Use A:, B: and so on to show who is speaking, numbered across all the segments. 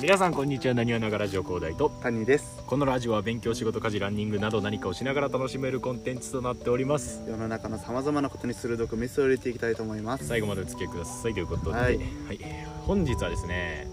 A: 皆さんこんにちはなにわながラジオ広大と
B: 谷です
A: このラジオは勉強仕事家事ランニングなど何かをしながら楽しめるコンテンツとなっております
B: 世の中のさまざまなことに鋭くメスを入れていきたいと思い ます
A: 最後までお付き合いくださいということで、は
B: はいい
A: 本日はですね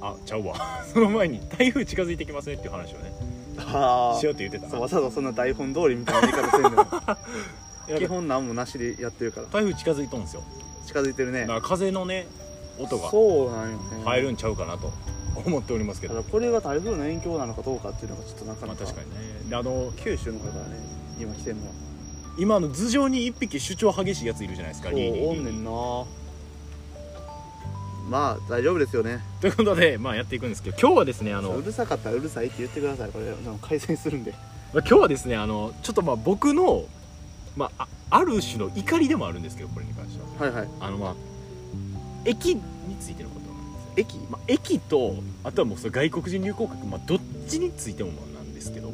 A: あちゃうわ その前に台風近づいてきますねっていう話をね
B: あ
A: しようって言って
B: あ
A: た
B: そう
A: な
B: わざわざそんな台本通りみたいな言い方せんでも
A: い
B: 基
A: や
B: 本何もなしでやってるから
A: 台風近づいとんですよ
B: 近づいてる
A: だ
B: ね
A: から風のね音が
B: そうなんよね
A: 入るんちゃうかなと思っておりますけ
B: た
A: ど
B: だこれが台風の影響なのかどうかっていうのがちょっとな
A: ま
B: かな
A: あ
B: か,、
A: 確かにねであの
B: 九州の方はね今来てんのは
A: 今あの頭上に一匹主張激しいやついるじゃないですか
B: そうおんねんなまあ大丈夫ですよね
A: ということで、まあ、やっていくんですけど今日はですねあの
B: うるさかったらうるさいって言ってくださいこれでも改善するんで
A: まあ今日はですねあのちょっとまあ僕の、まあ、あある種の怒りでもあるんですけどこれに関しては
B: はいはい
A: あのまあ駅についてのことなんですよね、
B: 駅
A: まあ、駅とあとはもうそれ外国人旅行客、まあ、どっちについてもなんですけど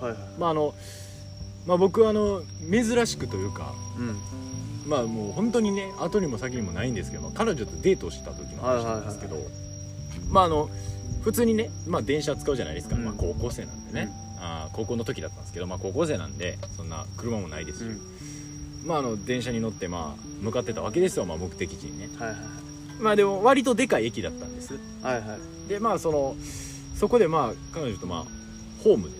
B: はいはい
A: まああの、まあ、僕はあの珍しくというか
B: うん
A: まあもう本当にね後にも先にもないんですけど彼女とデートをした時の話なんですけど、まああの普通にね、まあ、電車使うじゃないですか、
B: うん
A: まあ、高校生なんでね、
B: うん
A: あー高校の時だったんですけど、まあ、高校生なんでそんな車もないですし、
B: うん
A: まあ、あの電車に乗ってまあ向かってたわけですよ、まあ、目的地にね
B: はいはい
A: まあでも割とでかい駅だったんです
B: はいはい
A: でまあそのそこでまあ彼女とまあホームでね、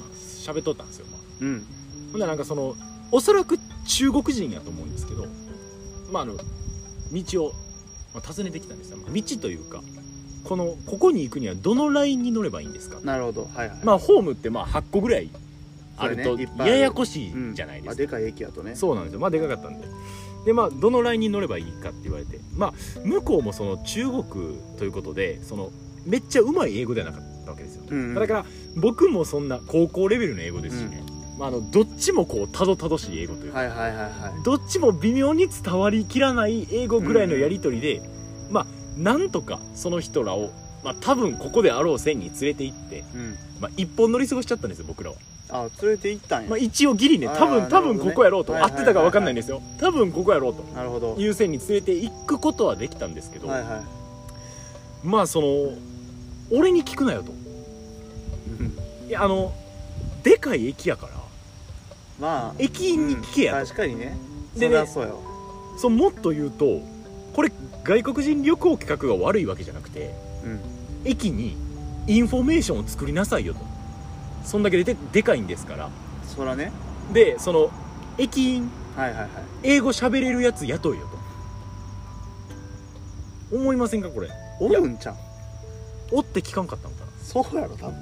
A: まあ、喋っとったんですよ、まあ
B: うん
A: ほんならなんかそのおそらく中国人やと思うんですけどまああの道を、まあ、訪ねてきたんですよ、まあ道というかこのここに行くにはどのラインに乗ればいいんですか
B: なるほどはいはい
A: まあホームってまあ8個ぐらいある
B: そ
A: と
B: うねいっぱいある
A: ややこしいじゃない
B: ま
A: で
B: あ、
A: すか、
B: でかい駅やとね
A: そうなんですよまあでかかったんででまあどのラインに乗ればいいかって言われてまあ向こうもその中国ということでそのめっちゃうまい英語ではなかったわけですよ、
B: うんうん
A: だから僕もそんな高校レベルの英語ですしね、まあ、あのどっちもこうたどたどしい英語というか、
B: はいはいはいはい
A: どっちも微妙に伝わりきらない英語ぐらいのやり取りで、まあなんとかその人らを、まあ、多分ここであろう線に連れて行って、
B: うん
A: まあ、一本乗り過ごしちゃったんですよ僕らは、
B: あ連れて行ったんや、
A: まあ、一応ギリね多
B: あ
A: 分
B: ー
A: 多分
B: なるほどね
A: ここやろうと、
B: はいはい
A: 合ってたか分かんないんですよ多分ここやろうと
B: なるほど
A: いう線に連れて行くことはできたんですけど、
B: はいは
A: まあその俺に聞くなよと
B: いうん
A: いやあのでかい駅やから
B: まあ
A: 駅員に聞けやと、
B: うん確かにね
A: でね
B: そりゃそうよ
A: そうもっと言うとこれ外国人旅行企画が悪いわけじゃなくて
B: うん
A: 駅にインフォメーションを作りなさいよとそんだけでででかいんですから
B: そらね
A: でその駅員
B: はいはいはい
A: 英語喋れるやつ雇いよと思いませんかこれ
B: おるんちゃん
A: おって聞かんかったのかな
B: そうやろ多分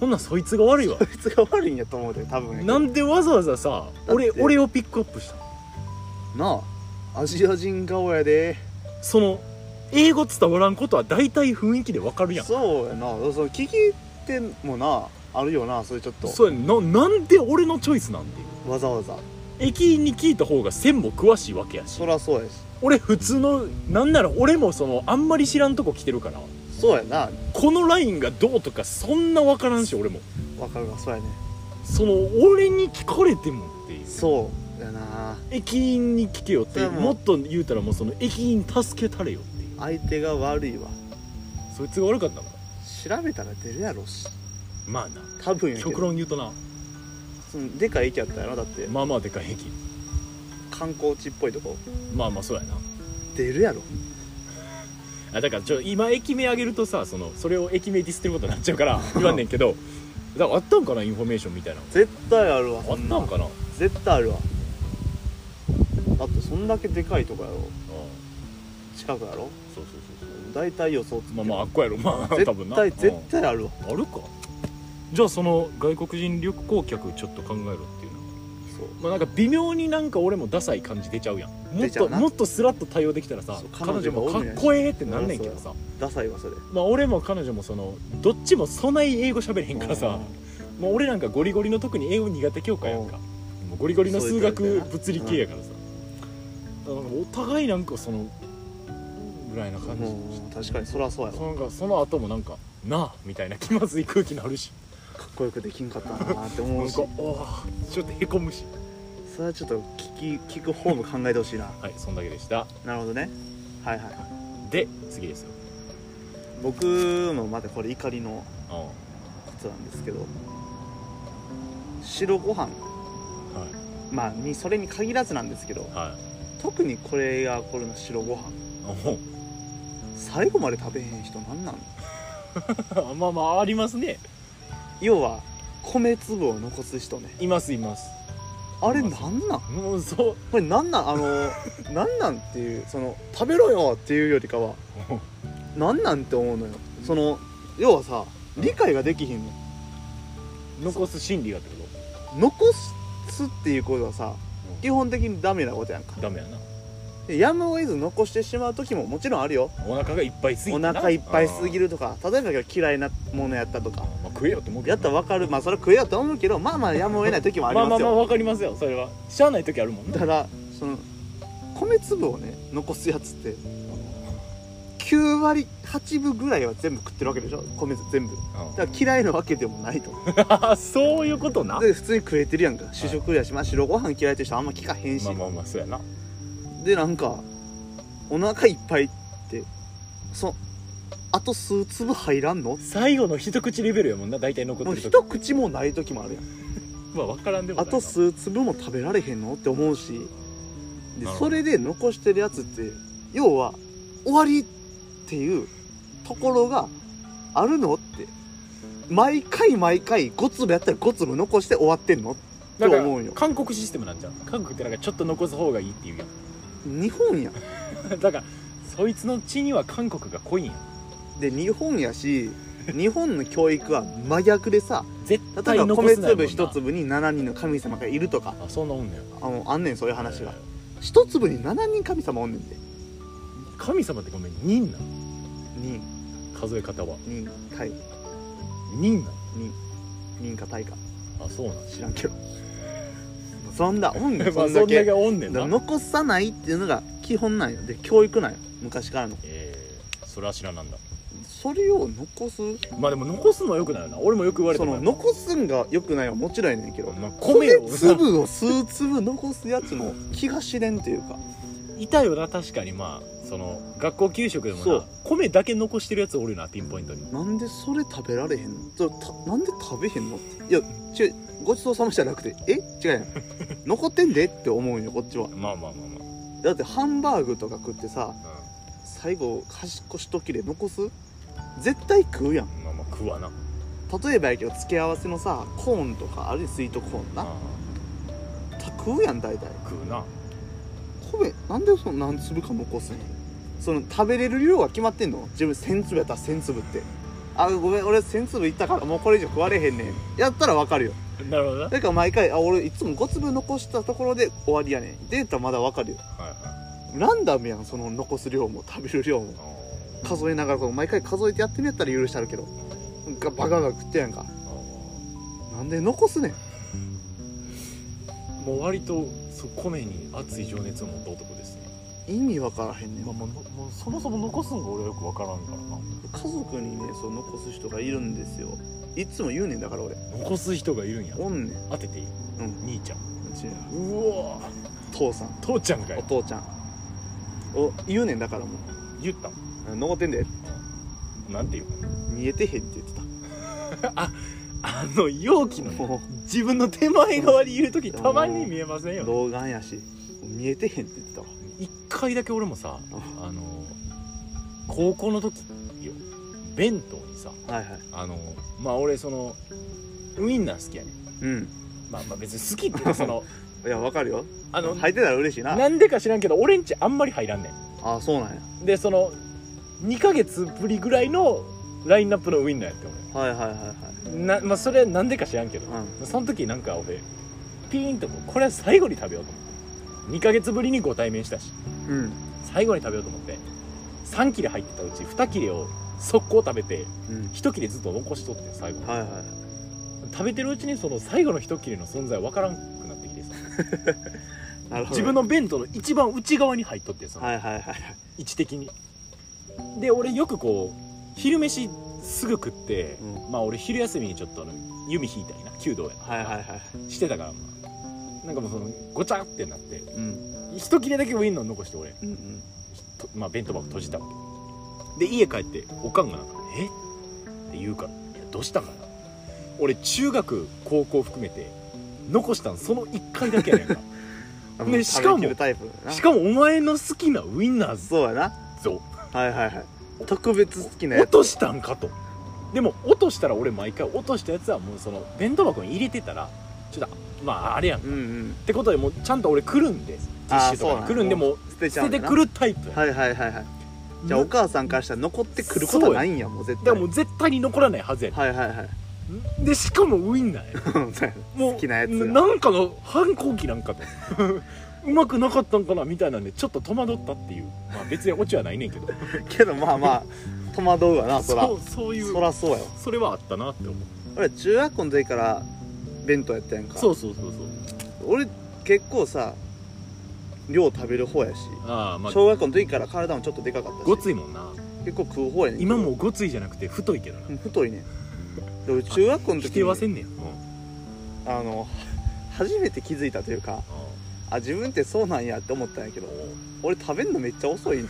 A: ほんならそいつが悪い わ
B: こいつが悪いんやと思うで多分
A: なんでわざわざさ俺
B: だって
A: 俺をピックアップしたの
B: なあアジア人顔やで
A: その英語伝わらんことは大体雰囲気でわかるやん
B: そうやなその聞き手もなあるよなそれちょっと
A: そうやねんななんで俺のチョイスなんていう
B: わざわざ
A: 駅員に聞いた方が線も詳しいわけやし
B: そらそうやし
A: 俺普通のなんなら俺もそのあんまり知らんとこ来てるから
B: そうやな
A: このラインがどうとかそんな分からんし俺も
B: わかるわそうやね
A: その俺に聞かれてもっていう
B: そうやな
A: 駅員に聞けよっていう
B: それは
A: も
B: もう
A: っと言うたらもうその駅員助けたれよっていう
B: 相手が悪いわ
A: そいつが悪かったのか
B: 調べたら出るやろし
A: まあな
B: 多分やけ
A: 極
B: ど
A: 論言うとな
B: そのでかい駅やったやろだって
A: まあまあでかい駅
B: 観光地っぽいとこ
A: まあまあそうやな
B: 出るやろ
A: あだからちょ今駅名あげるとさそのそれを駅名ディスってることになっちゃうから言わんねんけ どだからあったんかなインフォメーションみたいな
B: 絶対あるわ
A: あ
B: そ
A: っ
B: ん
A: た
B: なん
A: かな
B: 絶対あるわだってそんだけでかいとこやろ
A: あ
B: 近くやろ
A: そうそうそうそう
B: 大体予想つく
A: まあまああっこやろまあ多分
B: 絶
A: な
B: 対
A: うん
B: 絶対あるわ
A: あるかじゃあその外国人旅行客ちょっと考えろっていうの
B: そう
A: まあなんか微妙になんか俺もダサい感じ出ちゃうやんもっ
B: 出ちゃ
A: と
B: うな
A: もっとスラッと対応できたらさ
B: そう
A: 彼
B: 彼
A: 女
B: 女が
A: も
B: お
A: かっ
B: るんやし
A: こええってなんねんけどさ
B: ダサいわそれ
A: まあ俺も彼女もそのどっちもそない英語喋れへんからさもう俺なんかゴリゴリの特に英語苦手教科やんかもうゴリゴリの数
B: そういう
A: 学
B: タイプやな
A: 物理系やからさだからお互いなんかそのぐらいな感じ
B: もう確かにそらそうやろ
A: そのなんかその後もなんか「なあ」みたいな気まずい空気になるし
B: かっこよくできんかったなーって
A: な
B: 思うんし
A: かおーちょっとへこむし
B: それはちょっと聞き聞く方も考えてほしいな
A: はいそんだけでした
B: なるほどねはいはい
A: で次ですよ
B: 僕もまだこれ怒りの
A: あは
B: 靴なんですけど白ご飯まあにそれに限らずなんですけど
A: い はい
B: 特にこれがこれの白ご飯
A: お
B: 最後まで食べへん人なんなん
A: ほまあまあありますね
B: 要は米粒を残す人ね
A: いますいます
B: あれなんなん
A: もうそう
B: これなんなんあのなんなんっていうその食べろよっていうよりかはなんなんって思うのよその要はさ理解ができひんの
A: 残す心理がってこ
B: 残すっていうことはさ
A: うん
B: 基本的にダメなことやんか
A: とダメやな
B: でやむを得ず残してしまう時ももちろんあるよ
A: お腹がいっぱいすぎ
B: お
A: てな
B: 腹いっぱいすぎ
A: る
B: るとか例えばだけど嫌いなものやったとか
A: まあ食えよって思うけど
B: やったらわかるまあそれは食えよと思うけどまあまあやむを得ない時もあり
A: まあ
B: ますよ
A: まあまあわかりますよそれはしゃあない時あるもんな
B: ただその米粒をね残すやつって9割8分ぐらいは全部食ってるわけでしょ米粒全部だから嫌いなわけでもないと
A: うんそういうことな
B: で普通に食えてるやんか主食やし、まあ、白ご飯嫌いって人あんま聞かへんし、
A: まあまあまあそうやな
B: でなんかお腹いっぱいってそあと数粒入らんの
A: 最後の一口レベルやもんな大体残っ
B: もう
A: てる時
B: 一口もない時もあるやん
A: まあ分からんでもな
B: あ
A: いな
B: と数粒も食べられへんのって思うしで
A: なるほど
B: それで残してるやつって要は終わりっていうところがあるのって毎回毎回5粒やったら5粒残して終わってんの
A: なんか
B: と思うよ
A: 韓国システムなんじゃん韓国ってなんかちょっと残す方がいいっていうや
B: 日本やん
A: ん だからそいつの血には韓国が濃いんや
B: で日本 やし日本の教育は真逆でさ
A: 絶
B: 例
A: 対
B: えば
A: 残
B: 米
A: すなよ
B: 粒一粒に7人の神様がいるとか
A: あそんなもんね
B: あのあんねんそういう話が
A: え
B: 一粒に7人神様おんねんで
A: ー神様ってごめん人な
B: 人
A: 数え方は
B: 人対
A: 人な
B: 人人か対か
A: あそうな ん
B: 知らんけどそんな おんねん
A: ま
B: そ
A: あ
B: ん
A: そ
B: だ
A: んだ
B: け
A: けおんねんな
B: 残さないっていうのが基本なんよで教育なんよ昔からの
A: えーそれは知らなんだ
B: それを残す
A: まあでも残すのはよくないよな俺もよく言われて
B: その残すんが良くないはもちろんやねんけど
A: まあ米
B: 米
A: を
B: 粒を数粒残すやつの気が知れんというか
A: いたよな確かにまあその学校給食でも
B: そ
A: な
B: う
A: 米だけ残してるやつおるよなピンポイントに
B: なんでそれ食べられへんのちょたなんで食べへんのっていや違うごちそうさまじゃなくてえ違うやん残ってんでって思うんよこっちは
A: まあまあまあま
B: だってハンバーグとか食ってさ
A: あ、
B: 最後端っこ一切れ残す絶対食うやん
A: うん、まあまあ食わな
B: 例えばやけど付け合わせのさコーンとかあるいはスイートコーンな
A: あ
B: た食うやん大体
A: あ食うな
B: 米なんでその何粒か残すのその食べれる量が決まってんの自分1000粒やったら1000粒ってあごめん俺1000粒いったからもうこれ以上食われへんねんやったらわかるよ
A: なるほどな、はい
B: だから毎回あ俺いつも5粒残したところで終わりやねんデータまだわかるよ
A: は
B: ランダムやんその残す量も食べる量も
A: い、あ
B: 数えながらこう毎回数えてやってみやったら許してあるけどがバカが食ってやんか
A: あ
B: なんで残すねん
A: もう割とそう米に熱い情熱を持った男ですね、
B: 意味わからへんねん
A: まあ、もうのもうそもそも残すんが俺はよくわからんからな
B: 家族にねそう残す人がいるんですよいつも言うねんだから俺
A: 残す人がいるんや
B: おんねん
A: 当てていい
B: うん
A: 兄ちゃん
B: 違う
A: うおー
B: 父さん
A: 父ちゃんか
B: お
A: よ
B: 父ちゃんお言うねんだからも
A: 言ったの
B: う残ってんで
A: なんて言う
B: 見えてへんって言ってた
A: あの容器のね
B: も
A: 自分の手前側にいる時たまに見えません
B: う
A: よね
B: 老眼やし見えてへんって言ってたわ
A: 一回だけ俺もさあの高校の時よ弁当にさ
B: はいはい
A: あのまあ俺そのウインナー好きやねん
B: うん
A: まあまあ別に好きって いうかその
B: いやわかるよ
A: あの、
B: 履いてたら嬉しいな
A: なんでか知らんけど俺んちあんまり入らんね
B: あそうなんや
A: んでその2ヶ月ぶりぐらいのラインナップのウインナーやって
B: はいはいはいはい
A: 俺なまあそれなんでか知らんけど、
B: う
A: その時なんか俺ピーンとこれは最後に食べようと思って2ヶ月ぶりにご対面したし
B: んうん
A: 最後に食べようと思って3切れ入ってたうち2切れを速攻食べて
B: うん
A: 1切れずっと残しとって最後
B: はいはいはい
A: 食べてるうちにその最後の1切れの存在分からんくなってきてさ
B: なるほど
A: 自分の弁当の一番内側に入っとってさ、
B: はいはいはい
A: 位置的にで俺よくこう昼飯すぐ食って、
B: うん
A: まあ俺昼休みにちょっとあの弓引いたりな弓道やった
B: は
A: り
B: い
A: な
B: はいはい
A: してたからまあなんかもうそのごちゃってなって
B: うん
A: 一切れだけウインナー残して俺
B: うんうん
A: とまあ、弁当箱閉じたわけで家帰っておかんが「えっ?」て言うから「いやどうしたんかな?」俺中学高校含めて残したんその1回だけや ねんか
B: あ
A: ねしかも
B: 食べきるタイプだな
A: しかもお前の好きなウインナーズ
B: そうやな
A: ぞ
B: はいはいはい特別好きなや
A: 落
B: つ
A: としたんかとでも落としたら俺毎回落としたやつはもうその弁当箱に入れてたらちょっとまああれやんっ
B: うんうん
A: てことでもうちゃんと俺くるんでティッシュとかにくるんでもう
B: 捨てち
A: 捨
B: ゃう
A: て
B: んだ
A: てく
B: な
A: るタイプや
B: はいはいはいはいじゃあお母さんからしたら残ってくるこ
A: そ
B: と
A: うや
B: ないんやもう絶
A: で
B: 対
A: もう絶対に残らないはずやね
B: はいはい はい
A: んでしかもウインナーや
B: そうや
A: もう
B: 好きなやつが
A: なんかの反抗期なんかとうまくなかったんかなみたいなんでちょっと戸惑ったっていうまあ別にオチはないねんけど
B: けどまあまあ戸惑うわな そら
A: そうそういう
B: そらそうやわ
A: それはあったなって思う
B: 俺中学校の時から弁当やったやんか
A: そうそうそうそう
B: 俺結構さ量食べる方やし
A: ああまあ
B: 小学校の時から体もちょっとでかかったし
A: ごついもんな
B: 結構食う方やねんけど
A: 今もごついじゃなくて太いけどな
B: うん太いねんで俺中学校の
A: 否
B: 時
A: 定はせ
B: に
A: んねん、うん、
B: あの初めて気づいたというかあ自分ってそうなんやって思ったんやけど俺食べんのめっちゃ遅いねん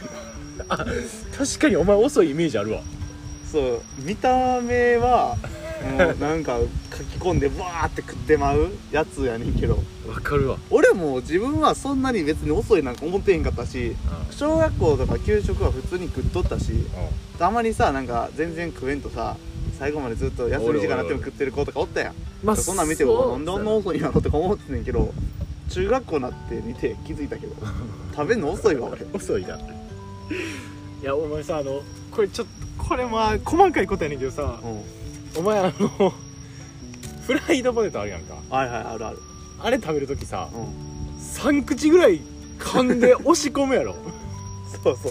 A: 確かにお前遅いイメージあるわ
B: そう見た目はもうなんか書き込んでバーって食ってまうやつやねんけど
A: わかるわ、
B: 俺も自分はそんなに別に遅いなんか思ってへんかったし小学校とか給食は普通に食っとったしたまにさなんか全然食えんとさ最後までずっと休み時間になっても食ってる子とかおったやん
A: ま
B: そんなん見てもなんであんな遅いんやろとか思ってんねんけど中学校になって見て気づい たけど食べんの遅いわ俺
A: 遅いないやお前さあのこれちょっとこれまあ細かいことやねんけどさ
B: うん
A: お前あのフライドポテトあるやんか
B: はいはいあるある
A: あれ食べるときさ
B: うん
A: 3口ぐらい噛んで押し込むや ろ
B: そうそ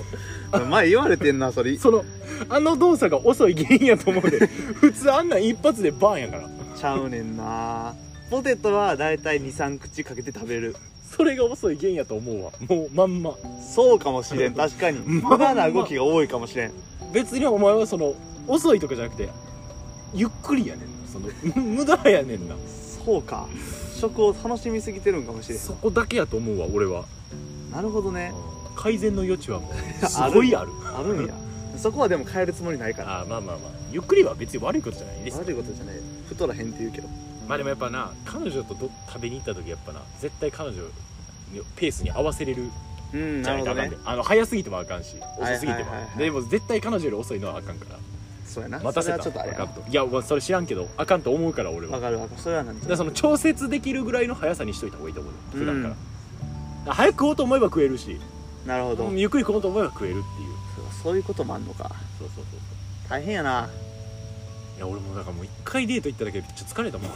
B: う 前言われてんなそれ
A: そのあの動作が遅い原因やと思うで普通あんなん一発でバーンやから
B: ちゃうねんなポテトはだいたい23口かけて食べる
A: それが遅い原因やと思うわもうまんま
B: そうかもしれん 確かに無駄な動きが多いかもしれん
A: 別にお前はその遅いとかじゃなくてゆっくりやねんなその無駄やねんな
B: そうか食を楽しみすぎてるんかもしれん
A: そこだけやと思うわ俺は
B: なるほどね
A: 改善の余地は もうすごいある
B: あるんやそこはでも変えるつもりないから
A: あーまあまあまあゆっくりは別に悪いことじゃないですよ
B: 悪いことじゃない太らへんって言うけど
A: まあでもやっぱな彼女とど食べに行った時やっぱな絶対彼女のペースに合わせれる
B: うん
A: じゃ
B: な
A: ないとあか
B: るほど
A: ん
B: ね
A: で、あの早すぎてもあかんし遅すぎても
B: はいはいはいはい
A: でも絶対彼女より遅いのはあかんから
B: そうやな
A: 待たせた
B: それはちょっとあれ
A: あか
B: や
A: んといやまあそれ知らんけどあかんと思うから俺は
B: わ
A: だか
B: かるわかるそれはなんじゃ
A: らその調節できるぐらいの速さにしといた方がいいと思うよ普段から
B: う、
A: 早く食おうと思えば食えるし
B: なるほど
A: ゆっくり食おうと思えば食えるっていう
B: そういうこともあんのか
A: そうそうそうそう
B: 大変やない
A: や俺もだからもう一回デート行っただけでちょっと疲れたもん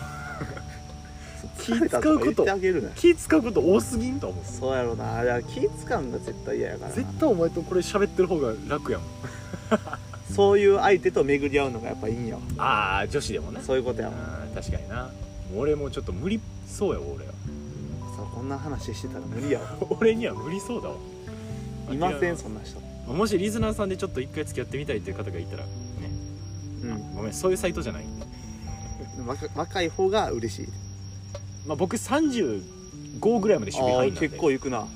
B: 気使うこと言ってあげるな
A: 気使うこと多すぎんと思う
B: そうやろなあれは気使うんが絶対嫌やからな
A: 絶対お前とこれ喋ってる方が楽やもん
B: そういう相手と巡り合うのがやっぱいいんやわ
A: ああ女子でもね
B: そういうことやもん
A: あー確かになもう俺もちょっと無理そうやわ俺は
B: そうこんな話してたら無理やわ
A: 俺には無理そうだわ
B: いません
A: 諦
B: そんな人
A: めもしリズナーさんでちょっと一回付き合ってみたいっていう方がいたらね
B: うん
A: ごめんそういうサイトじゃないんで、
B: 若若い方が嬉しい
A: まあ、僕35ぐらいまで守備
B: ああ
A: 範囲
B: ー
A: なんで
B: 結構いくな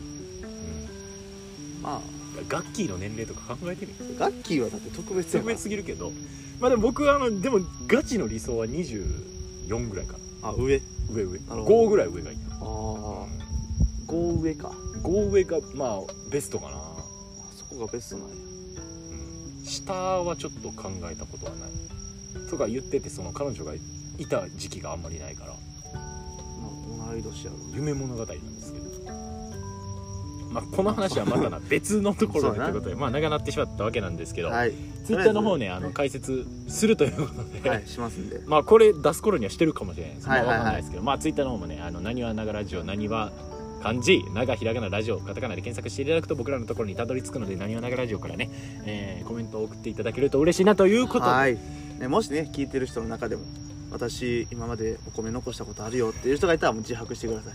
B: まあ
A: うんガッキーの年齢とか考えてみ
B: ガッキーはだって特別や
A: 特
B: な
A: 別すぎるけどまあでも僕はあのでもガチの理想は24ぐらいかな
B: あ上
A: 上上
B: なるほど
A: 5ぐらい上がいい
B: ああ5上か
A: 5上がまあベストかな、
B: あそこがベストなんや
A: うん、下はちょっと考えたことはないとか言っててその彼女がいた時期があんまりないから
B: まあ同い年やろ
A: 夢物語なんですけどまあこの話はまた な別のところで
B: そうや
A: と
B: な
A: いうことでまあ長なってしまったわけなんですけど、
B: はい
A: ツイッターの方ね
B: とりあえ
A: あ
B: ず
A: の解説するということ で、
B: はいしますんで
A: まあこれ出す頃にはしてるかもしれないです、
B: はいはいはい
A: まあわかんないですけどまあツイッターの方もね「あのなにわながラジオ」「なにわ漢字」「ながひらがなラジオ」カタカナで検索していただくと僕らのところにたどり着くので「なにわながラジオ」からね、えーコメントを送っていただけると嬉しいなということで
B: はい、ね、もしね聞いてる人の中でも私今までお米残したことあるよっていう人がいたらもう自白してください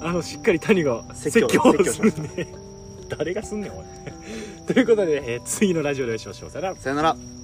A: あのしっかり谷が説
B: 説教
A: 教を
B: 説
A: す
B: 教
A: る んで誰がすんねんおいということで、えー次のラジオでお会いしましょうさよなら
B: さよなら